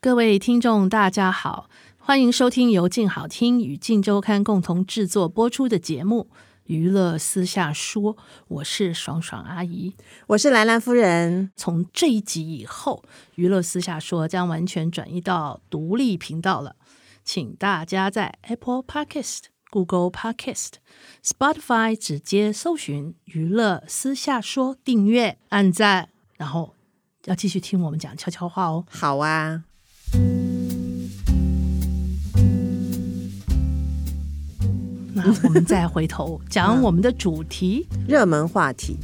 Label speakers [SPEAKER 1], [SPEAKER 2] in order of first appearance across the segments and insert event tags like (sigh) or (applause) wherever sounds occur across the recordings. [SPEAKER 1] 各位听众，大家好，欢迎收听由静好听与静周刊共同制作播出的节目《娱乐私下说》，我是爽爽阿姨。
[SPEAKER 2] 我是兰兰夫人。
[SPEAKER 1] 从这一集以后，娱乐私下说将完全转移到独立频道了，请大家在 Apple Podcast、Google Podcast、Spotify 直接搜寻“娱乐私下说”，订阅、按赞，然后要继续听我们讲悄悄话哦。
[SPEAKER 2] 好啊，
[SPEAKER 1] 那我们再回头讲我们的主题。
[SPEAKER 2] 热门话题。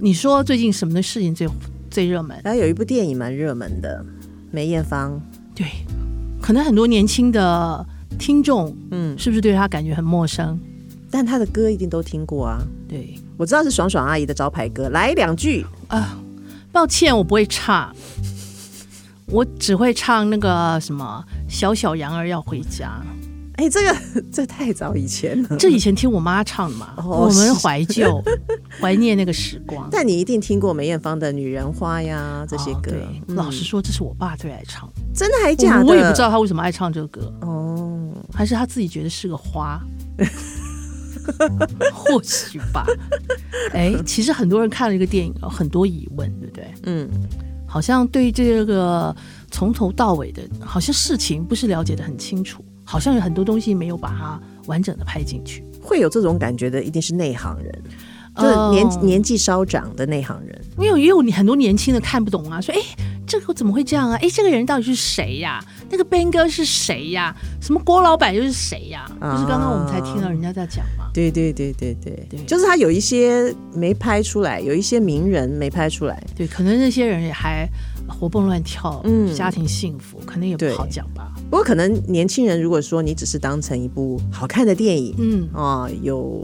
[SPEAKER 1] 你说最近什么的事情最最热门？
[SPEAKER 2] 然后有一部电影蛮热门的，梅艳芳。
[SPEAKER 1] 对，可能很多年轻的听众，
[SPEAKER 2] 嗯，
[SPEAKER 1] 是不是对他感觉很陌生？
[SPEAKER 2] 但她的歌一定都听过啊。
[SPEAKER 1] 对，
[SPEAKER 2] 我知道是爽爽阿姨的招牌歌，来两句。
[SPEAKER 1] 啊，抱歉，我不会唱，我只会唱那个什么《小小羊儿要回家
[SPEAKER 2] 哎，这个 (laughs) 这太早以前了》，，
[SPEAKER 1] 这以前听我妈唱的嘛，
[SPEAKER 2] 哦
[SPEAKER 1] 我
[SPEAKER 2] 是
[SPEAKER 1] 们怀旧， (laughs) 怀念那个时光。
[SPEAKER 2] 但你一定听过梅艳芳的《女人花》呀，这些
[SPEAKER 1] 哦
[SPEAKER 2] 歌。
[SPEAKER 1] 对
[SPEAKER 2] 嗯
[SPEAKER 1] 老实说，这是我爸最爱唱的，
[SPEAKER 2] 真的还假的？
[SPEAKER 1] 我我也不知道他为什么爱唱这个歌，
[SPEAKER 2] 哦。
[SPEAKER 1] 还是他自己觉得是个花。 (laughs) 或许吧，哎，其实很多人看了这个电影，有很多疑问，对不对？
[SPEAKER 2] 嗯，
[SPEAKER 1] 好像对这个从头到尾的，好像事情不是了解的很清楚，好像有很多东西没有把它完整的拍进去。
[SPEAKER 2] 会有这种感觉的，一定是内行人，就是年、
[SPEAKER 1] 哦
[SPEAKER 2] 年纪稍长的内行人。
[SPEAKER 1] 因为也有你很多年轻的看不懂啊，说哎，这个怎么会这样啊？ (laughs) 哎，这个人到底是谁呀、那个 Ben 哥是谁呀、什么郭老板又是谁呀、
[SPEAKER 2] 啊
[SPEAKER 1] 不是刚刚我们才听到人家在讲吗？
[SPEAKER 2] 对对对对对，
[SPEAKER 1] 对
[SPEAKER 2] 就是他有一些没拍出来，有一些名人没拍出来。
[SPEAKER 1] 对，可能那些人也还活蹦乱跳，
[SPEAKER 2] 嗯
[SPEAKER 1] 家庭幸福，可能也不
[SPEAKER 2] 对
[SPEAKER 1] 好讲吧。
[SPEAKER 2] 不过可能年轻人如果说你只是当成一部好看的电影。
[SPEAKER 1] 嗯，
[SPEAKER 2] 啊、有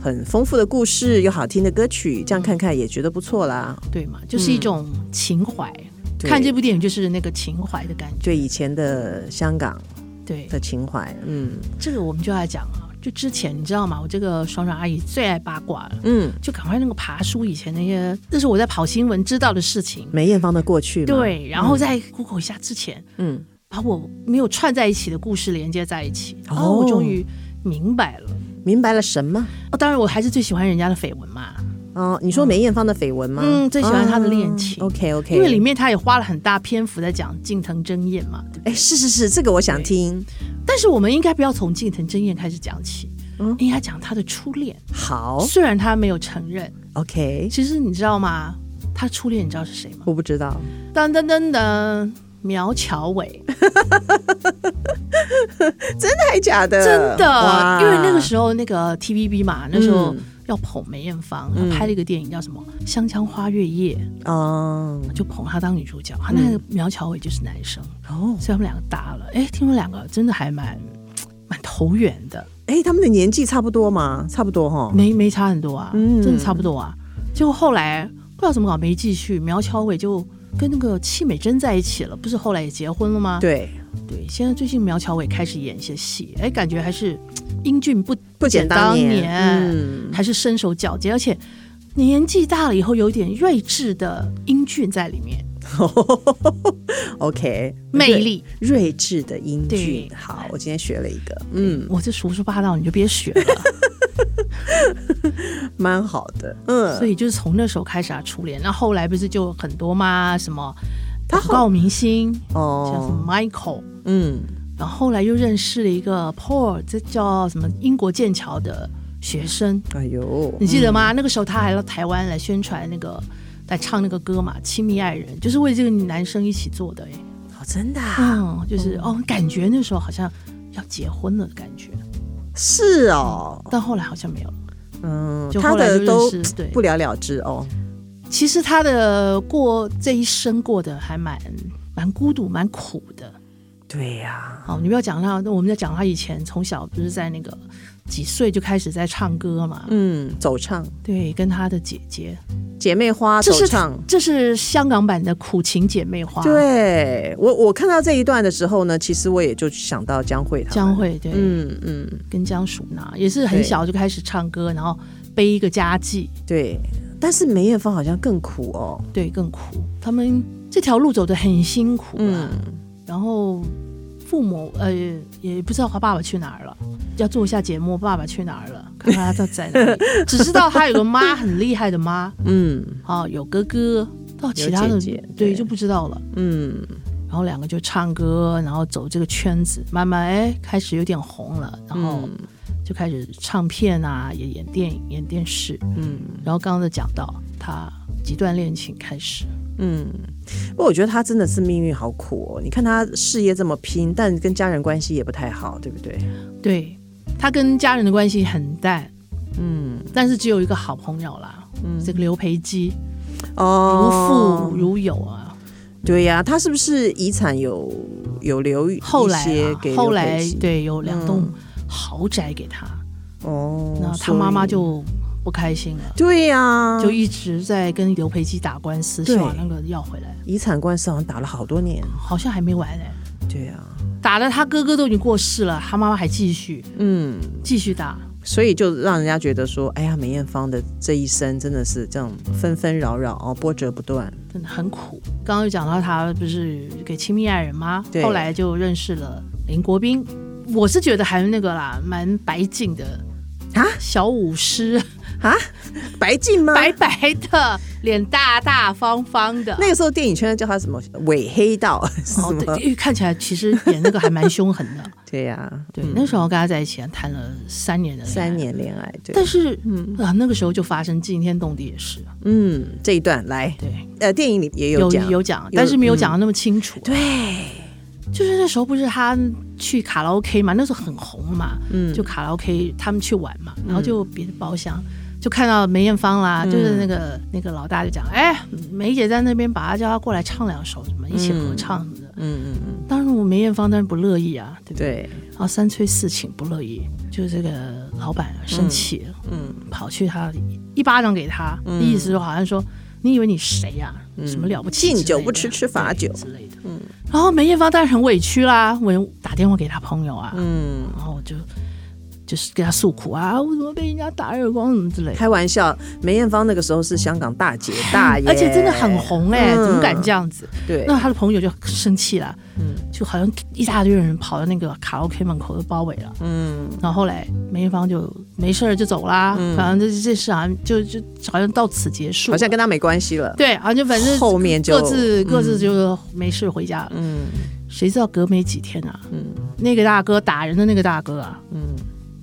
[SPEAKER 2] 很丰富的故事，有好听的歌曲，这样看看也觉得不错啦。
[SPEAKER 1] 对嘛，就是一种情怀。
[SPEAKER 2] 对
[SPEAKER 1] 看这部电影就是那个情怀的感觉。
[SPEAKER 2] 对以前的香港
[SPEAKER 1] 对，
[SPEAKER 2] 的情怀，嗯
[SPEAKER 1] 这个我们就来讲啊。就之前你知道吗？我这个爽爽阿姨最爱八卦了，
[SPEAKER 2] 嗯，
[SPEAKER 1] 就赶快那个爬书以前那些，那是我在跑新闻知道的事情。
[SPEAKER 2] 梅艳芳的过去嘛，
[SPEAKER 1] 对，然后再 Google 一下之前，
[SPEAKER 2] 嗯，
[SPEAKER 1] 把我没有串在一起的故事连接在一起，
[SPEAKER 2] 哦
[SPEAKER 1] 然后我终于明白了。
[SPEAKER 2] 明白了什么？
[SPEAKER 1] 哦，当然我还是最喜欢人家的绯闻嘛，
[SPEAKER 2] 哦，你说梅艳芳的绯闻吗？哦
[SPEAKER 1] 嗯最喜欢她的恋情
[SPEAKER 2] OK OK，
[SPEAKER 1] 因为里面他也花了很大篇幅在讲近藤真彦嘛，对不对
[SPEAKER 2] 哎，是是是，这个我想听。
[SPEAKER 1] 但是我们应该不要从近藤真彦开始讲起，
[SPEAKER 2] 嗯哦
[SPEAKER 1] 应该讲他的初恋。
[SPEAKER 2] 好
[SPEAKER 1] 虽然他没有承认，
[SPEAKER 2] ，OK，
[SPEAKER 1] 其实你知道吗？他初恋你知道是谁吗？
[SPEAKER 2] 我不知道，
[SPEAKER 1] 噔噔噔噔，苗侨
[SPEAKER 2] (laughs)
[SPEAKER 1] 伟，
[SPEAKER 2] 太假的，
[SPEAKER 1] 真的
[SPEAKER 2] 哇，
[SPEAKER 1] 因为那个时候那个 TVB 嘛，那时候
[SPEAKER 2] 嗯
[SPEAKER 1] 要捧梅艳芳，啊
[SPEAKER 2] 嗯
[SPEAKER 1] 她拍了一个电影叫什么《香江花月夜
[SPEAKER 2] 哦》，
[SPEAKER 1] 就捧她当女主角。她那个苗侨伟就是男生，
[SPEAKER 2] 哦，
[SPEAKER 1] 所以他们两个搭了。哎，听说两个真的还蛮蛮投缘的，
[SPEAKER 2] 哎，他们的年纪差不多嘛，差不多哈。
[SPEAKER 1] 没没差很多啊，
[SPEAKER 2] 嗯
[SPEAKER 1] 真的差不多啊。结果后来不知道怎么搞没继续，苗侨伟就跟那个戚美珍在一起了，不是后来也结婚了吗？
[SPEAKER 2] 对，
[SPEAKER 1] 对，现在最近苗侨伟开始演一些戏，哎，感觉还是英俊不
[SPEAKER 2] 不减当
[SPEAKER 1] 年，
[SPEAKER 2] 年嗯 (laughs)
[SPEAKER 1] 还是身手矫捷，而且年纪大了以后有点睿智的英俊在里面，
[SPEAKER 2] ，OK，
[SPEAKER 1] 魅力。
[SPEAKER 2] 睿，睿智的英
[SPEAKER 1] 对
[SPEAKER 2] 俊。好，我今天学了一个，嗯，
[SPEAKER 1] 我这胡说八道你就别学了。
[SPEAKER 2] (laughs) 蛮好的，嗯。
[SPEAKER 1] 所以就是从那时候开始啊，初恋。那后来不是就很多嘛，什么
[SPEAKER 2] 他
[SPEAKER 1] 广告明星，像什
[SPEAKER 2] 哦，
[SPEAKER 1] 么 Michael。
[SPEAKER 2] 嗯，
[SPEAKER 1] 然后后来又认识了一个 Paul，这叫什么英国剑桥的学生，
[SPEAKER 2] 哎呦，
[SPEAKER 1] 你记得吗？
[SPEAKER 2] 嗯
[SPEAKER 1] 那个时候他还到台湾来宣传那个，来唱那个歌嘛，《亲密爱人》，就是为这个男生一起做的、哎，
[SPEAKER 2] 哦，真的啊，
[SPEAKER 1] 嗯，就是哦，感觉那时候好像要结婚了的感觉，
[SPEAKER 2] 是哦，
[SPEAKER 1] 但后来好像没有了，
[SPEAKER 2] 嗯，
[SPEAKER 1] 就
[SPEAKER 2] 他
[SPEAKER 1] 后来就
[SPEAKER 2] 的
[SPEAKER 1] 认
[SPEAKER 2] 都
[SPEAKER 1] 识，对，
[SPEAKER 2] 不了了之哦，
[SPEAKER 1] 其实他的过这一生过得还蛮蛮孤独、蛮苦的。
[SPEAKER 2] 对呀、
[SPEAKER 1] 好，你不要讲他，那我们在讲他以前从小不是在那个几岁就开始在唱歌嘛？
[SPEAKER 2] 嗯，走唱
[SPEAKER 1] 对，跟他的姐姐，
[SPEAKER 2] 姐妹花
[SPEAKER 1] 这
[SPEAKER 2] 走
[SPEAKER 1] 是
[SPEAKER 2] 唱。
[SPEAKER 1] 这是香港版的苦情姐妹花，，
[SPEAKER 2] 对我，我看到这一段的时候呢，其实我也就想到江蕙她们
[SPEAKER 1] 江，蕙对，
[SPEAKER 2] 嗯嗯，
[SPEAKER 1] 跟江淑娜也是很
[SPEAKER 2] 对
[SPEAKER 1] 小就开始唱歌，然后背一个家计，
[SPEAKER 2] 对。但是梅艳芳好像更苦哦，
[SPEAKER 1] 对，更苦。他们这条路走得很辛苦啊，
[SPEAKER 2] 嗯，
[SPEAKER 1] 然后父母呃也不知道他爸爸去哪儿了，要做一下节目《爸爸去哪儿了》，看看他在哪里，只知道他有个妈很厉害的妈，
[SPEAKER 2] 嗯
[SPEAKER 1] 啊，有哥哥，到其他的
[SPEAKER 2] 有姐姐
[SPEAKER 1] 对
[SPEAKER 2] 对
[SPEAKER 1] 就不知道了。
[SPEAKER 2] 嗯，
[SPEAKER 1] 然后两个就唱歌，然后走这个圈子，慢慢哎开始有点红了，然后
[SPEAKER 2] 嗯
[SPEAKER 1] 就开始唱片啊，也演电影、演电视。
[SPEAKER 2] 嗯
[SPEAKER 1] 然后刚刚就讲到他几段恋情开始，
[SPEAKER 2] 嗯。不过我觉得她真的是命运好苦哦，你看她事业这么拼，但跟家人关系也不太好，对不对？
[SPEAKER 1] 对他跟家人的关系很淡，
[SPEAKER 2] 嗯
[SPEAKER 1] 但是只有一个好朋友啦，这个刘培基，如
[SPEAKER 2] 哦，
[SPEAKER 1] 父如友啊。
[SPEAKER 2] 对呀、她是不是遗产有有留一
[SPEAKER 1] 后来
[SPEAKER 2] 些
[SPEAKER 1] 啊
[SPEAKER 2] 给刘
[SPEAKER 1] 后
[SPEAKER 2] 佩
[SPEAKER 1] 来
[SPEAKER 2] 琦
[SPEAKER 1] 对有两栋
[SPEAKER 2] 嗯
[SPEAKER 1] 豪宅给他，
[SPEAKER 2] 哦，
[SPEAKER 1] 那他
[SPEAKER 2] 所以
[SPEAKER 1] 妈妈就不开心了。
[SPEAKER 2] 对呀、
[SPEAKER 1] 就一直在跟刘培基打官司，
[SPEAKER 2] 对
[SPEAKER 1] 希望那个要回来，
[SPEAKER 2] 遗产官司好像打了好多年，
[SPEAKER 1] 好像还没完呢、哎
[SPEAKER 2] 对呀、
[SPEAKER 1] 打的他哥哥都已经过世了，他妈妈还继续
[SPEAKER 2] 嗯，
[SPEAKER 1] 继续打，
[SPEAKER 2] 所以就让人家觉得说，哎呀，梅艳芳的这一生真的是这样纷纷扰扰哦，波折不断。
[SPEAKER 1] 真的很苦。刚刚就讲到他不是给亲密爱人吗？
[SPEAKER 2] 对
[SPEAKER 1] 后来就认识了林国斌，我是觉得还那个啦，蛮白净的
[SPEAKER 2] 啊
[SPEAKER 1] 小舞
[SPEAKER 2] (laughs)
[SPEAKER 1] 狮，
[SPEAKER 2] 啊，白净吗？
[SPEAKER 1] 白白的，脸大大方方的。
[SPEAKER 2] 那个时候电影圈叫他什么伪黑道是什
[SPEAKER 1] 哦，
[SPEAKER 2] 么？
[SPEAKER 1] 对，因为看起来其实演那个还蛮凶狠
[SPEAKER 2] (laughs)
[SPEAKER 1] 的。
[SPEAKER 2] 对呀、
[SPEAKER 1] 对，啊那时候跟他在一起啊谈了三年的恋爱
[SPEAKER 2] 嗯三年恋爱，对，
[SPEAKER 1] 但是，嗯啊，那个时候就发生惊天动地的事啊，
[SPEAKER 2] 嗯，这一段来，
[SPEAKER 1] 对，
[SPEAKER 2] 呃，电影里也
[SPEAKER 1] 有
[SPEAKER 2] 讲，嗯
[SPEAKER 1] 有讲，但是没有讲的那么清楚、啊
[SPEAKER 2] 对，
[SPEAKER 1] 就是那时候不是他去卡拉 OK 嘛，那时候很红嘛，
[SPEAKER 2] 嗯，
[SPEAKER 1] 就卡拉 OK 他们去玩嘛，然后就别的包厢。就看到梅艳芳啦，
[SPEAKER 2] 嗯
[SPEAKER 1] 就是那个那个老大就讲，哎，梅姐在那边把她叫她过来唱两首，什么一起合唱什么的。
[SPEAKER 2] 嗯嗯嗯，
[SPEAKER 1] 当然我梅艳芳当然不乐意啊，对不对？
[SPEAKER 2] 对，
[SPEAKER 1] 然后三催四请不乐意，就这个老板啊生气了，
[SPEAKER 2] 嗯
[SPEAKER 1] 跑去他一巴掌给他，意思说好像说你以为你谁呀、什么了不起之类的？
[SPEAKER 2] 嗯敬酒不吃吃罚酒
[SPEAKER 1] 对之类的。嗯，然后梅艳芳当然很委屈啦，我打电话给他朋友啊，
[SPEAKER 2] 嗯，
[SPEAKER 1] 然后我就就是给他诉苦啊，我怎么被人家打耳光什么之类的。
[SPEAKER 2] 开玩笑，梅艳芳那个时候是香港大姐大爷，
[SPEAKER 1] 而且真的很红哎、
[SPEAKER 2] 嗯
[SPEAKER 1] 怎么敢这样子？
[SPEAKER 2] 对，嗯
[SPEAKER 1] 那他的朋友就生气了，就好像一大堆人跑到那个卡拉 OK 门口都包围了。
[SPEAKER 2] 嗯
[SPEAKER 1] 然后后来梅艳芳就没事儿就走啦，反正这这事好像就就好像到此结束，
[SPEAKER 2] 好像跟他没关系了，
[SPEAKER 1] 对，好像就反正
[SPEAKER 2] 后面就
[SPEAKER 1] 各自、各自就没事回家了。
[SPEAKER 2] 嗯
[SPEAKER 1] 谁知道隔没几天啊，
[SPEAKER 2] 嗯
[SPEAKER 1] 那个大哥打人的那个大哥啊，
[SPEAKER 2] 嗯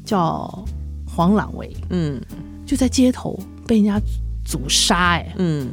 [SPEAKER 1] 叫黄朗维，
[SPEAKER 2] 嗯
[SPEAKER 1] 就在街头被人家阻杀哎、
[SPEAKER 2] 嗯，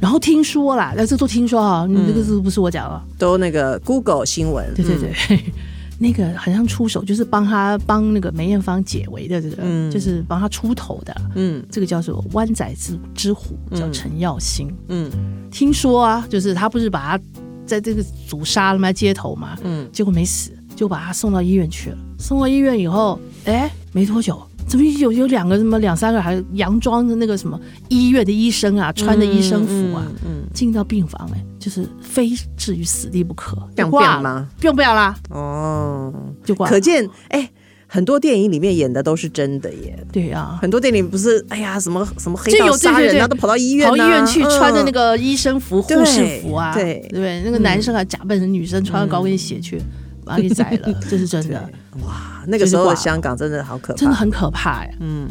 [SPEAKER 1] 然后听说啦，那这都听说啊，你这个是不是我讲啊？
[SPEAKER 2] 都那个 Google 新闻，
[SPEAKER 1] 对对
[SPEAKER 2] 嗯
[SPEAKER 1] 对。 (laughs) 那个好像出手就是帮他帮那个梅艳芳解围的这个，
[SPEAKER 2] 嗯
[SPEAKER 1] 就是帮他出头的，
[SPEAKER 2] 嗯，
[SPEAKER 1] 这个叫做湾仔之之虎，叫陈耀兴。
[SPEAKER 2] 嗯
[SPEAKER 1] 听说啊，就是他不是把他在这个阻杀了吗？街头嘛，
[SPEAKER 2] 嗯
[SPEAKER 1] 结果没死，就把他送到医院去了。送到医院以后，哎，没多久，怎么有有两个什么两三个还佯装的那个什么医院的医生啊，穿的医生服啊，
[SPEAKER 2] 嗯嗯嗯
[SPEAKER 1] 进到病房哎、就是非置于死地不可，就
[SPEAKER 2] 这样
[SPEAKER 1] 挂
[SPEAKER 2] 变
[SPEAKER 1] 了，
[SPEAKER 2] 吗？
[SPEAKER 1] 不用不要啦，
[SPEAKER 2] 哦，
[SPEAKER 1] 就挂了。
[SPEAKER 2] 嗯可见哎。很多电影里面演的都是真的耶，
[SPEAKER 1] 对啊。
[SPEAKER 2] 很多电影不是哎呀什么什么黑
[SPEAKER 1] 就
[SPEAKER 2] 道
[SPEAKER 1] 有对
[SPEAKER 2] 杀
[SPEAKER 1] 对
[SPEAKER 2] 人，
[SPEAKER 1] 对，
[SPEAKER 2] 然后都跑到医院、啊，
[SPEAKER 1] 跑医院去，穿着那
[SPEAKER 2] 个，
[SPEAKER 1] 个医生服、护
[SPEAKER 2] 对
[SPEAKER 1] 士服啊，
[SPEAKER 2] 对嗯
[SPEAKER 1] 对不对，那个男生还啊假扮成女生，穿着高跟鞋去，把他给宰
[SPEAKER 2] (laughs)
[SPEAKER 1] 了，嗯这是真的，
[SPEAKER 2] 哇，嗯那个时候
[SPEAKER 1] 就是挂
[SPEAKER 2] 的
[SPEAKER 1] 了
[SPEAKER 2] 香港真的好可
[SPEAKER 1] (laughs)
[SPEAKER 2] 怕，
[SPEAKER 1] 真的很可怕呀。嗯，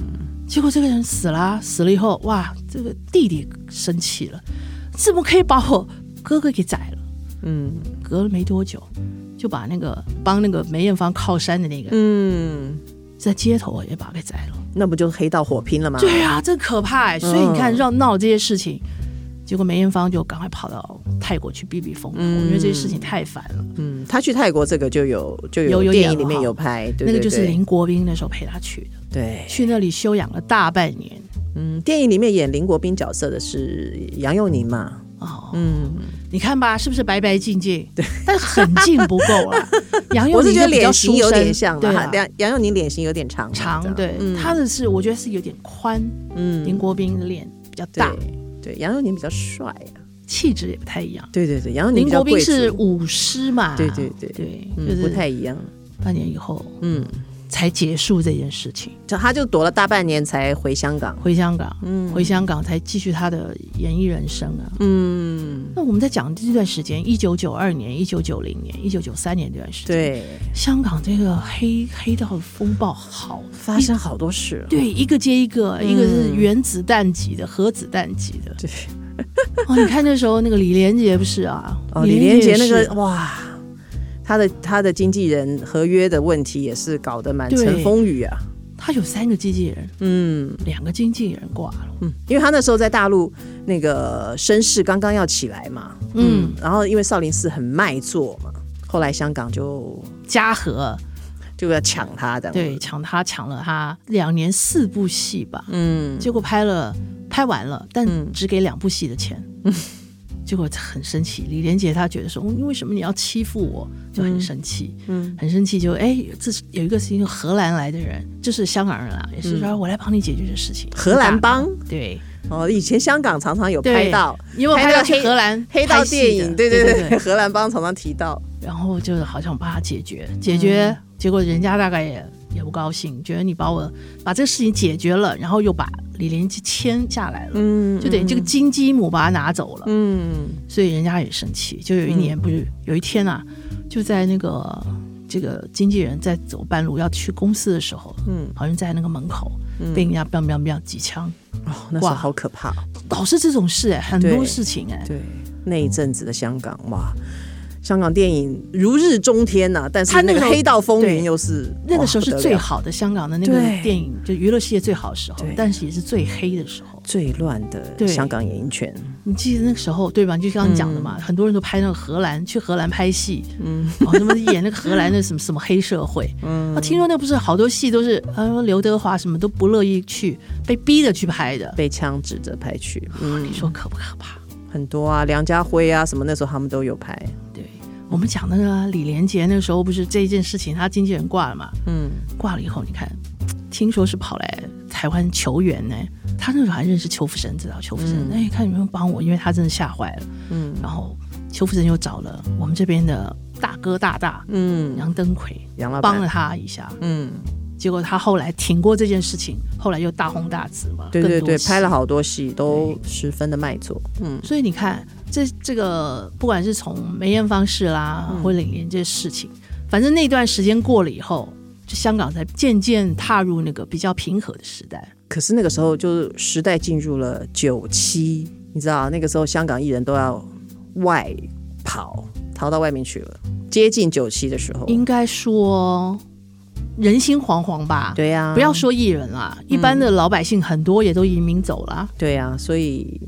[SPEAKER 1] 结果这个人死了，死了以后，哇，这个弟弟生气了，怎么可以把我哥哥给宰了？
[SPEAKER 2] 嗯
[SPEAKER 1] 隔了没多久，就把那个帮那个梅艳芳靠山的那个，
[SPEAKER 2] 嗯，
[SPEAKER 1] 在街头也把他给宰了。
[SPEAKER 2] 那不就黑道火拼了吗？
[SPEAKER 1] 对呀、啊，这可怕哎、所以你看，
[SPEAKER 2] 嗯
[SPEAKER 1] 让闹这些事情，结果梅艳芳就赶快跑到泰国去避避风头，因为这些事情太烦了。
[SPEAKER 2] 嗯，他去泰国这个就有就
[SPEAKER 1] 有有
[SPEAKER 2] 电
[SPEAKER 1] 演
[SPEAKER 2] 影里
[SPEAKER 1] 了
[SPEAKER 2] 面
[SPEAKER 1] 哈
[SPEAKER 2] 有拍，对
[SPEAKER 1] 那个就是
[SPEAKER 2] 对
[SPEAKER 1] 林国斌那时候陪他去的，
[SPEAKER 2] 对，
[SPEAKER 1] 去那里休养了大半年，
[SPEAKER 2] 嗯，电影里面演林国斌角色的是杨佑宁嘛？
[SPEAKER 1] 哦，嗯，你看吧，是不是白白净净？对，但很净不够
[SPEAKER 2] (laughs)
[SPEAKER 1] 啊。杨佑
[SPEAKER 2] 我是
[SPEAKER 1] 宁
[SPEAKER 2] 觉
[SPEAKER 1] 就
[SPEAKER 2] 得
[SPEAKER 1] 比较
[SPEAKER 2] 脸型
[SPEAKER 1] 书
[SPEAKER 2] 有
[SPEAKER 1] 生
[SPEAKER 2] 点像
[SPEAKER 1] 对
[SPEAKER 2] 了，
[SPEAKER 1] 啊
[SPEAKER 2] 哈，杨杨佑宁脸型有点长嘛，这
[SPEAKER 1] 长，
[SPEAKER 2] 样
[SPEAKER 1] 对，他的是我觉得是有点宽，
[SPEAKER 2] 嗯
[SPEAKER 1] 林国斌脸比较大，
[SPEAKER 2] 对，对，杨佑宁比较帅啊。
[SPEAKER 1] 气质也不太一样。
[SPEAKER 2] 对对对，杨佑宁
[SPEAKER 1] 林
[SPEAKER 2] 比较
[SPEAKER 1] 国斌
[SPEAKER 2] 贵族
[SPEAKER 1] 是舞狮嘛？
[SPEAKER 2] 对对对
[SPEAKER 1] 对，就
[SPEAKER 2] 嗯
[SPEAKER 1] 是
[SPEAKER 2] 不太一样，
[SPEAKER 1] 半年以后
[SPEAKER 2] 嗯，
[SPEAKER 1] 才结束这件事情，
[SPEAKER 2] 就他就躲了大半年才回香港，
[SPEAKER 1] 回香港，
[SPEAKER 2] 嗯
[SPEAKER 1] 回香港才继续他的演艺人生啊。
[SPEAKER 2] 嗯，
[SPEAKER 1] 那我们在讲这段时间，一九九二年、一九九零年、一九九三年这段时间，
[SPEAKER 2] 对，
[SPEAKER 1] 香港这个黑黑道风暴好
[SPEAKER 2] 发生好多事，
[SPEAKER 1] 对，一个接一个，
[SPEAKER 2] 嗯
[SPEAKER 1] 一个是原子弹级的，核子弹级的。对，哦，你看那时候那个李连杰不是啊？
[SPEAKER 2] 哦，李连杰
[SPEAKER 1] 也
[SPEAKER 2] 那
[SPEAKER 1] 是
[SPEAKER 2] 个哇，他的他的经纪人合约的问题也是搞得满
[SPEAKER 1] 对
[SPEAKER 2] 城风雨啊。
[SPEAKER 1] 他有三个经纪人，
[SPEAKER 2] 嗯
[SPEAKER 1] 两个经纪人挂了。
[SPEAKER 2] 嗯，因为他那时候在大陆那个声势刚刚要起来嘛，
[SPEAKER 1] 嗯，
[SPEAKER 2] 然后因为少林寺很卖座嘛，后来香港就
[SPEAKER 1] 嘉禾
[SPEAKER 2] 就要抢他的。
[SPEAKER 1] 对，抢他抢了他两年四部戏吧，
[SPEAKER 2] 嗯，
[SPEAKER 1] 结果拍了拍完了，但
[SPEAKER 2] 嗯
[SPEAKER 1] 只给两部戏的钱。 (laughs) 结果很生气，李连杰他觉得说，嗯为什么你要欺负我，就很生气，
[SPEAKER 2] 嗯
[SPEAKER 1] 很生气就，哎，这是有一个是一个荷兰来的人，就是香港人啊，也是说、我来帮你解决这事情。
[SPEAKER 2] 嗯荷兰帮
[SPEAKER 1] 对，
[SPEAKER 2] 哦，以前香港常常有
[SPEAKER 1] 对
[SPEAKER 2] 拍到
[SPEAKER 1] 因为
[SPEAKER 2] 拍
[SPEAKER 1] 拍到
[SPEAKER 2] 到
[SPEAKER 1] 去
[SPEAKER 2] 黑
[SPEAKER 1] 荷兰
[SPEAKER 2] 黑道
[SPEAKER 1] 拍戏
[SPEAKER 2] 电影，
[SPEAKER 1] 的
[SPEAKER 2] 对
[SPEAKER 1] 对
[SPEAKER 2] 对
[SPEAKER 1] 对，
[SPEAKER 2] 荷兰帮常常提到。
[SPEAKER 1] 然后就是好想帮他解决，解
[SPEAKER 2] 嗯
[SPEAKER 1] 决，结果人家大概也也不高兴，觉得你把我把这个事情解决了，然后又把李连杰签下来了，
[SPEAKER 2] 嗯
[SPEAKER 1] 就等于这个金鸡母把他拿走了，
[SPEAKER 2] 嗯
[SPEAKER 1] 所以人家也生气。就有一年不是、有一天啊，就在那个这个经纪人在走半路要去公司的时候，
[SPEAKER 2] 嗯，
[SPEAKER 1] 好像在那个门口、被人家 biang biang biang 几枪，
[SPEAKER 2] 哦，那时
[SPEAKER 1] 哇
[SPEAKER 2] 候好可怕。
[SPEAKER 1] 老是这种事哎、很多
[SPEAKER 2] 对
[SPEAKER 1] 事情哎、
[SPEAKER 2] 对，那一阵子的香港，哇，香港电影如日中天呐、但
[SPEAKER 1] 他
[SPEAKER 2] 是
[SPEAKER 1] 那
[SPEAKER 2] 那个
[SPEAKER 1] 时候
[SPEAKER 2] 黑道风
[SPEAKER 1] 对
[SPEAKER 2] 云又是
[SPEAKER 1] 那个时候是最。
[SPEAKER 2] 哇不得了
[SPEAKER 1] 好的香港的那个
[SPEAKER 2] 对
[SPEAKER 1] 电影，就娱乐事业最好的时候
[SPEAKER 2] 对，
[SPEAKER 1] 但是也是最黑的时候。
[SPEAKER 2] 最乱
[SPEAKER 1] 对
[SPEAKER 2] 的香港演艺圈，
[SPEAKER 1] 你记得那个时候对吧？就刚刚讲的嘛，很多人都拍那个荷兰，去荷兰拍戏，嗯，哦，那么演那个荷兰的什么什么黑社会，嗯，啊，听说那不是好多戏都是，呃，刘德华什么都不乐意去，被逼着去拍的。
[SPEAKER 2] 被枪指着拍去，嗯
[SPEAKER 1] 你，说可不可怕？
[SPEAKER 2] 很多啊，梁家辉啊，什么那时候他们都有拍，
[SPEAKER 1] 对我们讲那个李连杰那个时候不是这件事情，他经纪人挂了嘛，
[SPEAKER 2] 嗯，
[SPEAKER 1] 挂了以后，你看，听说是跑来台湾求援呢。他那时候还认识邱福生，知道邱福生，那、你看有没有帮我？因为他真的吓坏了。嗯，然后邱福生又找了我们这边的大哥大大，嗯，杨登魁，
[SPEAKER 2] 杨老板
[SPEAKER 1] 帮了他一下。
[SPEAKER 2] 嗯，
[SPEAKER 1] 结果他后来挺过这件事情，后来又大红大紫嘛，
[SPEAKER 2] 对对
[SPEAKER 1] 更多
[SPEAKER 2] 对，
[SPEAKER 1] 戏
[SPEAKER 2] 拍了。好多戏，都十分的卖座，嗯
[SPEAKER 1] 所以你看，这这个不管是从梅艳芳式啦，
[SPEAKER 2] 嗯
[SPEAKER 1] 或李连这事情，反正那段时间过了以后，就香港才渐渐踏入那个比较平和的时代。
[SPEAKER 2] 可是那个时候就是时代进入了九七，你知道那个时候香港艺人都要外跑，逃到外面去了。接近九七的时候，
[SPEAKER 1] 应该说人心惶惶吧。、
[SPEAKER 2] 对啊呀、
[SPEAKER 1] 不要说艺人啦，一般的老百姓很多也都移民走啦。
[SPEAKER 2] 对呀、所以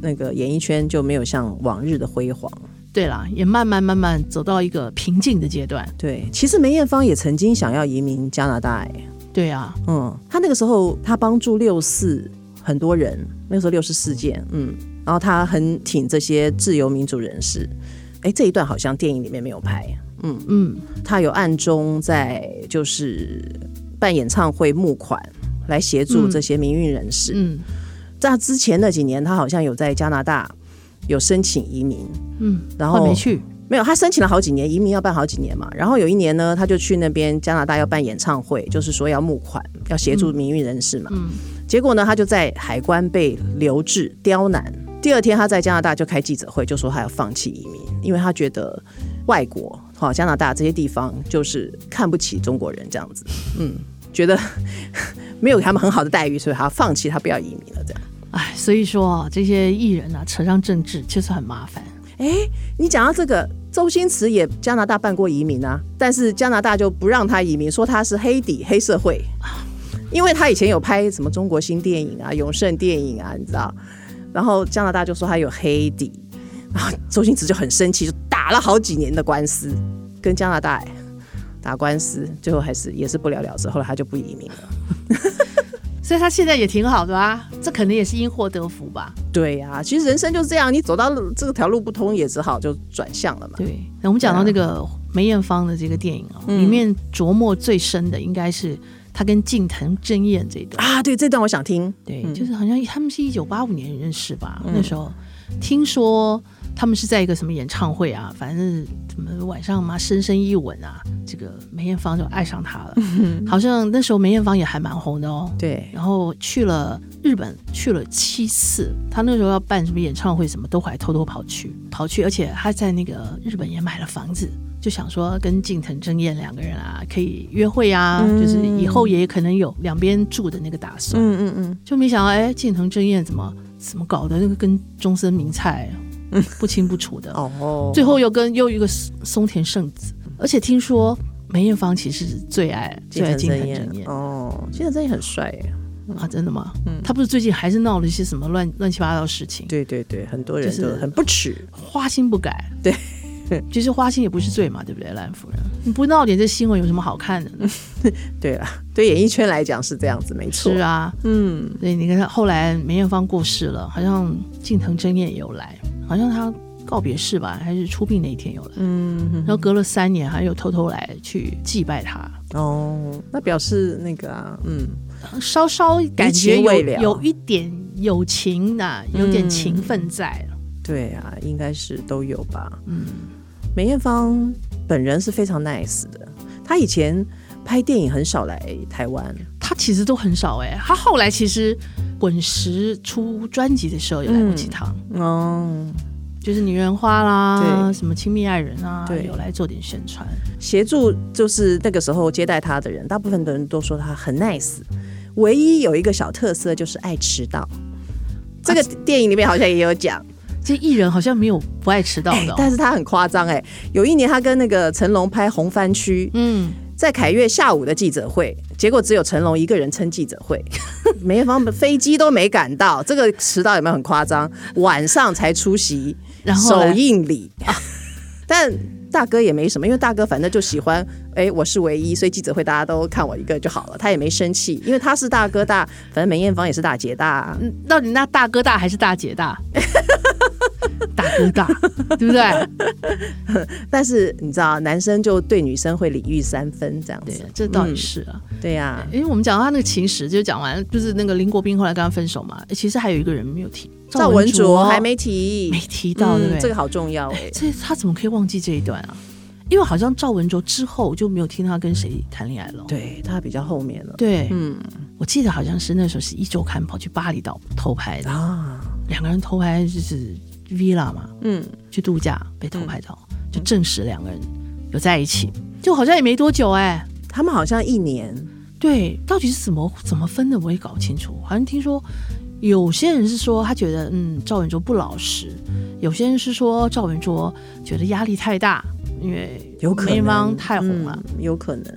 [SPEAKER 2] 那个演艺圈就没有像往日的辉煌。
[SPEAKER 1] 对啦，也慢慢慢慢走到一个瓶颈的阶段。
[SPEAKER 2] 对，其实梅艳芳也曾经想要移民加拿大、哎，
[SPEAKER 1] 对啊，
[SPEAKER 2] 嗯，她那个时候她帮助六四很多人，那个时候六四事件，嗯，然后她很挺这些自由民主人士。哎，这一段好像电影里面没有拍，
[SPEAKER 1] 嗯，
[SPEAKER 2] 她有暗中在就是办演唱会募款来协助这些民运人士。
[SPEAKER 1] 嗯，
[SPEAKER 2] 在她之前那几年，她好像有在加拿大有申请移民，
[SPEAKER 1] 嗯，
[SPEAKER 2] 然
[SPEAKER 1] 换
[SPEAKER 2] 后
[SPEAKER 1] 没去，
[SPEAKER 2] 没有，他申请了好几年，移民要办好几年嘛。然后有一年呢，他就去那边加拿大要办演唱会，就是说要募款，要协助民运人士嘛。结果呢，他就在海关被留置刁难。第二天，他在加拿大就开记者会，就说他要放弃移民，因为他觉得外国，好、加拿大这些地方就是看不起中国人这样子，嗯，觉得 (laughs) 没有给他们很好的待遇，所以他放弃，他不要移民了这样。
[SPEAKER 1] 哎，所以说啊，这些艺人啊，扯上政治就是很麻烦。
[SPEAKER 2] 你讲到这个，周星驰也加拿大办过移民啊，但是加拿大就不让他移民，说他是黑底黑社会，因为他以前有拍什么中国新电影啊、永盛电影啊，你知道，然后加拿大就说他有黑底，然后周星驰就很生气，就打了好几年的官司，跟加拿大、哎打官司，最后还是也是不了了之，后来他就不移民了。
[SPEAKER 1] 所以他现在也挺好的啊，这可能也是因祸得福吧。
[SPEAKER 2] 对呀、其实人生就是这样，你走到这条路不通，也只好就转向了嘛。
[SPEAKER 1] 对，啊那我们讲到那个梅艳芳的这个电影啊、里面琢磨最深的应该是她跟近藤真彦这一段。
[SPEAKER 2] 啊，对，这段我想听。
[SPEAKER 1] 对，就是好像他们是一九八五年认识吧，那时候听说他们是在一个什么演唱会啊，反正怎么晚上嘛，深深一吻啊，这个梅艳芳就爱上他了。好像那时候梅艳芳也还蛮红的哦。
[SPEAKER 2] 对，
[SPEAKER 1] 然后去了日本，去了七次。他那时候要办什么演唱会，什么都还偷偷跑去，跑去，而且他在那个日本也买了房子，就想说跟近藤真彦两个人啊可以约会啊，就是以后也可能有两边住的那个打算。
[SPEAKER 2] 嗯嗯嗯，
[SPEAKER 1] 就没想到，哎，近藤真彦怎么怎么搞的，那个跟终身名菜啊不清不楚的。
[SPEAKER 2] 嗯哦，
[SPEAKER 1] 最后又跟又一个松松田圣子，而且听说梅艳芳其实是最爱最爱近藤真彦。
[SPEAKER 2] 哦，金城真彦很帅耶。
[SPEAKER 1] 啊，真的吗？他不是最近还是闹了一些什么乱乱七八糟的事情，
[SPEAKER 2] 对对对，很多人
[SPEAKER 1] 就是
[SPEAKER 2] 都很不耻。
[SPEAKER 1] 花心不改。 (laughs)
[SPEAKER 2] 对，
[SPEAKER 1] 其实花心也不是罪嘛，对不对，烂夫人？你不闹点这新闻有什么好看的呢？
[SPEAKER 2] 对啦，对演艺圈来讲是这样子，没错。
[SPEAKER 1] 是啊，
[SPEAKER 2] 嗯，
[SPEAKER 1] 对，你看后来梅艳芳过世了，好像近藤真彦也有来，好像他告别式吧，还是出殡那一天有来。嗯，然后隔了三年，还有偷偷来去祭拜他，
[SPEAKER 2] 哦，那表示那个啊，嗯，
[SPEAKER 1] 稍稍感觉
[SPEAKER 2] 余情
[SPEAKER 1] 有
[SPEAKER 2] 未了嗯
[SPEAKER 1] 有一点友情呐、有点情分在了。
[SPEAKER 2] 对啊，应该是都有吧。嗯，梅艳芳本人是非常 nice 的，她以前拍电影很少来台湾。
[SPEAKER 1] 他其实都很少哎、他后来其实滚石出专辑的时候有
[SPEAKER 2] 嗯
[SPEAKER 1] 来过几趟，
[SPEAKER 2] 哦，
[SPEAKER 1] 就是《女人花》啦，
[SPEAKER 2] 对
[SPEAKER 1] 什么《亲密爱人》啊，
[SPEAKER 2] 对
[SPEAKER 1] 有来做点宣传。
[SPEAKER 2] 协助就是那个时候接待她的人，大部分的人都说她很 nice，唯一有一个小特色就是爱迟到。这个电影里面好像也有讲，
[SPEAKER 1] 这艺人好像没有不爱迟到的、哦
[SPEAKER 2] 哎但是她很夸张哎，有一年她跟那个成龙拍《红番区》，
[SPEAKER 1] 嗯，
[SPEAKER 2] 在凯悦下午的记者会，结果只有成龙一个人撑记者会， (laughs) 梅艳芳飞机都没赶到，这个迟到有没有很夸张？晚上才出席
[SPEAKER 1] 然后
[SPEAKER 2] 首
[SPEAKER 1] 呢
[SPEAKER 2] 映礼，啊但大哥也没什么，因为大哥反正就喜欢，哎，我是唯一，所以记者会大家都看我一个就好了，他也没生气，因为他是大哥大，反正梅艳芳也是大姐大，
[SPEAKER 1] 嗯到底那大哥大还是大姐 (laughs) 大？大哥大，对不 (laughs) 对？
[SPEAKER 2] 但是你知道，男生就对女生会礼遇三分这样子
[SPEAKER 1] 对，，这倒也是啊。
[SPEAKER 2] 对呀、
[SPEAKER 1] 因为我们讲到他那个情史，就讲完，就是那个林国斌后来跟他分手嘛。其实还有一个人没有提，
[SPEAKER 2] 赵文卓还没提，
[SPEAKER 1] 没提嗯到，对不对？
[SPEAKER 2] 这个好重要哎、
[SPEAKER 1] 这他怎么可以忘记这一段啊？因为好像赵文卓之后就没有听他跟谁谈恋爱了。
[SPEAKER 2] 对他比较后面了。
[SPEAKER 1] 对，
[SPEAKER 2] 嗯
[SPEAKER 1] 我记得好像是那时候是一周刊跑去巴厘岛偷拍的，
[SPEAKER 2] 啊，
[SPEAKER 1] 两个人偷拍就是 villa 嘛，
[SPEAKER 2] 嗯，
[SPEAKER 1] 去度假被偷拍到，就证实两个人有在一起，就好像也没多久哎、
[SPEAKER 2] 他们好像一年，
[SPEAKER 1] 对，到底是怎么怎么分的，我也搞不清楚。好像听说有些人是说他觉得嗯赵文卓不老实，有些人是说赵文卓觉得压力太大，因为
[SPEAKER 2] 有可
[SPEAKER 1] 梅艳
[SPEAKER 2] 能
[SPEAKER 1] 芳太红了。
[SPEAKER 2] 嗯有可能，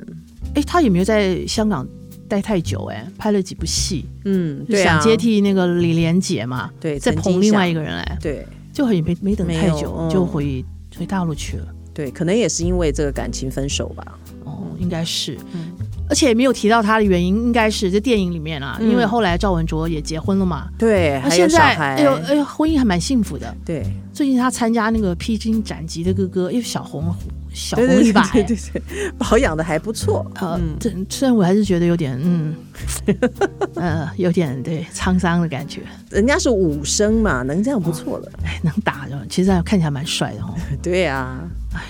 [SPEAKER 1] 哎、他也没有在香港待太久、诶，哎，拍了几部戏，
[SPEAKER 2] 嗯，
[SPEAKER 1] 就
[SPEAKER 2] 对啊，
[SPEAKER 1] 想接，替那个李连杰嘛，
[SPEAKER 2] 对
[SPEAKER 1] 再
[SPEAKER 2] 曾
[SPEAKER 1] 捧
[SPEAKER 2] 经
[SPEAKER 1] 另外
[SPEAKER 2] 想
[SPEAKER 1] 一个人来，
[SPEAKER 2] 对
[SPEAKER 1] 就也没没等
[SPEAKER 2] 没
[SPEAKER 1] 太
[SPEAKER 2] 有
[SPEAKER 1] 久
[SPEAKER 2] 嗯
[SPEAKER 1] 就回回大陆去了。
[SPEAKER 2] 对，可能也是因为这个感情分手吧。
[SPEAKER 1] 哦，应该是，
[SPEAKER 2] 嗯
[SPEAKER 1] 而且也没有提到他的原因，应该是这电影里面啊，因为后来赵文卓也结婚了嘛，
[SPEAKER 2] 对，
[SPEAKER 1] 他
[SPEAKER 2] 嗯还有
[SPEAKER 1] 现
[SPEAKER 2] 小
[SPEAKER 1] 在
[SPEAKER 2] 孩，
[SPEAKER 1] 哎呦哎呦，婚姻还蛮幸福的。
[SPEAKER 2] 对，
[SPEAKER 1] 最近他参加那个披荆斩棘的哥哥，因为小红小
[SPEAKER 2] 对
[SPEAKER 1] 红
[SPEAKER 2] 对
[SPEAKER 1] 一把、
[SPEAKER 2] 对
[SPEAKER 1] 哎
[SPEAKER 2] 对嗯对，对保养的还不错。
[SPEAKER 1] 呃，这虽然我还是觉得有点嗯， (laughs) 呃，有点对沧桑的感觉。
[SPEAKER 2] 人家是武生嘛，能这样不错了。
[SPEAKER 1] 哎，能打的，其实还看起来蛮帅的哦。
[SPEAKER 2] 对啊，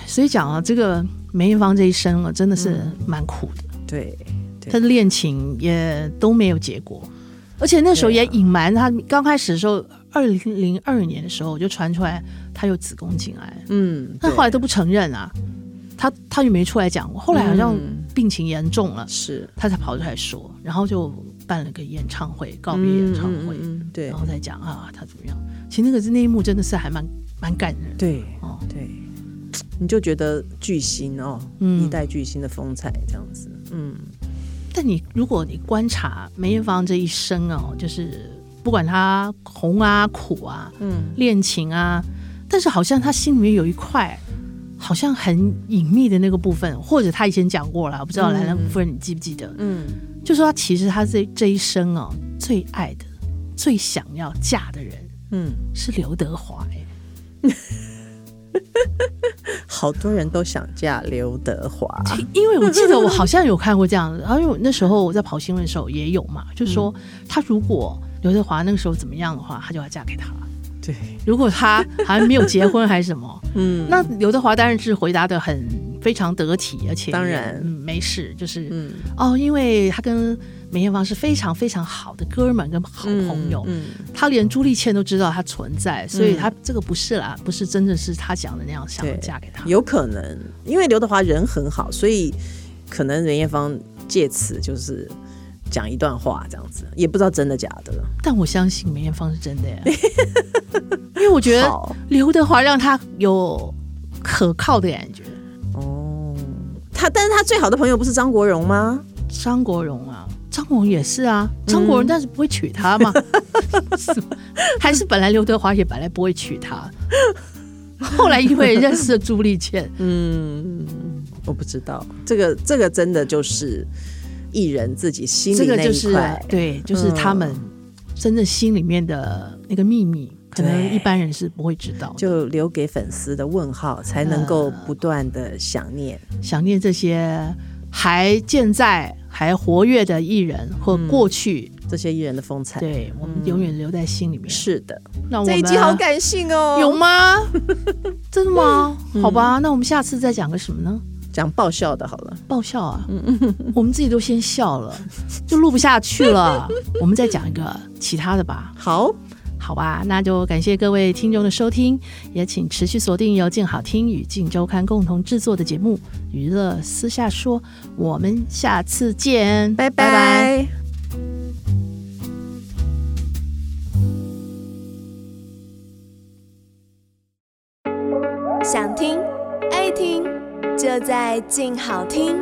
[SPEAKER 1] 所以讲啊，这个梅艳芳这一生啊，真的是
[SPEAKER 2] 嗯
[SPEAKER 1] 蛮苦的，
[SPEAKER 2] 对，
[SPEAKER 1] 她的恋情也都没有结果，而且那时候也
[SPEAKER 2] 啊
[SPEAKER 1] 隐瞒她刚开始的时候，二零零二年的时候就传出来她有子宫颈癌，
[SPEAKER 2] 嗯，
[SPEAKER 1] 但
[SPEAKER 2] 对
[SPEAKER 1] 后来都不承认啊，她她就没出来讲过，后来好
[SPEAKER 2] 嗯
[SPEAKER 1] 像病情严重了，
[SPEAKER 2] 是
[SPEAKER 1] 她才跑出来说，然后就办了个演唱会，告别
[SPEAKER 2] 嗯
[SPEAKER 1] 演唱会，
[SPEAKER 2] 嗯嗯对
[SPEAKER 1] 然后再讲啊她怎么样，其实那个是那一幕真的是还蛮蛮感人的。
[SPEAKER 2] 对
[SPEAKER 1] 哦
[SPEAKER 2] 对，你就觉得巨星哦，
[SPEAKER 1] 嗯
[SPEAKER 2] 一代巨星的风采这样子，嗯。
[SPEAKER 1] 但你如果你观察梅艳芳这一生哦，就是不管她红啊、苦啊、
[SPEAKER 2] 嗯，
[SPEAKER 1] 恋情啊，但是好像她心里面有一块好像很隐秘的那个部分，或者她以前讲过了，我不知道兰兰夫人你记不记得？
[SPEAKER 2] 嗯，
[SPEAKER 1] 就说他其实他这这一生哦，最爱的、最想要嫁的人
[SPEAKER 2] 嗯，
[SPEAKER 1] 是刘德华、哎，
[SPEAKER 2] 好多人都想嫁刘德华，
[SPEAKER 1] 其因为我记得我好像有看过这样的，而且我那时候我在跑新闻的时候也有嘛，就说他如果刘德华那个时候怎么样的话，他就要嫁给他。
[SPEAKER 2] 对，
[SPEAKER 1] 如果他还没有结婚还是什么，
[SPEAKER 2] 嗯，
[SPEAKER 1] 那刘德华当然是回答的很非常得体，而且
[SPEAKER 2] 当然
[SPEAKER 1] 嗯没事，就是、
[SPEAKER 2] 嗯，
[SPEAKER 1] 哦，因为他跟梅艳芳是非常非常好的哥们儿跟好朋友，
[SPEAKER 2] 嗯，
[SPEAKER 1] 他连朱丽倩都知道他存在，所以他这个不是啦，不是真的是他讲的那样想
[SPEAKER 2] 对
[SPEAKER 1] 嫁给他。
[SPEAKER 2] 有可能，因为刘德华人很好，所以可能梅艳芳借此就是讲一段话这样子，也不知道真的假的。
[SPEAKER 1] 但我相信梅艳芳是真的
[SPEAKER 2] (laughs)
[SPEAKER 1] 耶，因为我觉得
[SPEAKER 2] 好
[SPEAKER 1] 刘德华让他有可靠的感觉。
[SPEAKER 2] 哦，他但是他最好的朋友不是张国荣吗？
[SPEAKER 1] 张国荣啊，张国荣也是啊，张
[SPEAKER 2] 嗯
[SPEAKER 1] 国荣但是不会娶她
[SPEAKER 2] (laughs)
[SPEAKER 1] 嘛，还是本来刘德华也本来不会娶她，后来因为认识了朱丽倩，
[SPEAKER 2] 嗯，我不知道，这个这个真的就是艺人自己 (laughs) 心
[SPEAKER 1] 这
[SPEAKER 2] 里
[SPEAKER 1] 个
[SPEAKER 2] 那
[SPEAKER 1] 就
[SPEAKER 2] 一
[SPEAKER 1] 是
[SPEAKER 2] 块。嗯
[SPEAKER 1] 对，就是他们真正心里面的那个秘密，可能
[SPEAKER 2] 对
[SPEAKER 1] 一般人是不会知道的。
[SPEAKER 2] 就留给粉丝的问号，才能够不断的想念。
[SPEAKER 1] 想念这些还健在、还活跃的艺人或
[SPEAKER 2] 嗯
[SPEAKER 1] 过去，
[SPEAKER 2] 这些艺人的风采。
[SPEAKER 1] 对我们永远留在心里面。
[SPEAKER 2] 嗯是的，
[SPEAKER 1] 那我
[SPEAKER 2] 这
[SPEAKER 1] 们
[SPEAKER 2] 一集好感性哦，嗯
[SPEAKER 1] 有
[SPEAKER 2] (laughs)
[SPEAKER 1] 吗？真的吗？好吧，那我们下次再讲个什么呢？
[SPEAKER 2] 讲爆笑的好了，
[SPEAKER 1] 爆笑啊！
[SPEAKER 2] 嗯
[SPEAKER 1] (laughs) 我们自己都先笑
[SPEAKER 2] (laughs)
[SPEAKER 1] 了，就录不下去了。我们再讲一个其他的吧，
[SPEAKER 2] 好，
[SPEAKER 1] 好吧？那就感谢各位听众的收听，也请持续锁定由静好听与静周刊共同制作的节目《娱乐私下说》，我们下次见，
[SPEAKER 2] 拜拜
[SPEAKER 3] 想听爱听，就在静好听。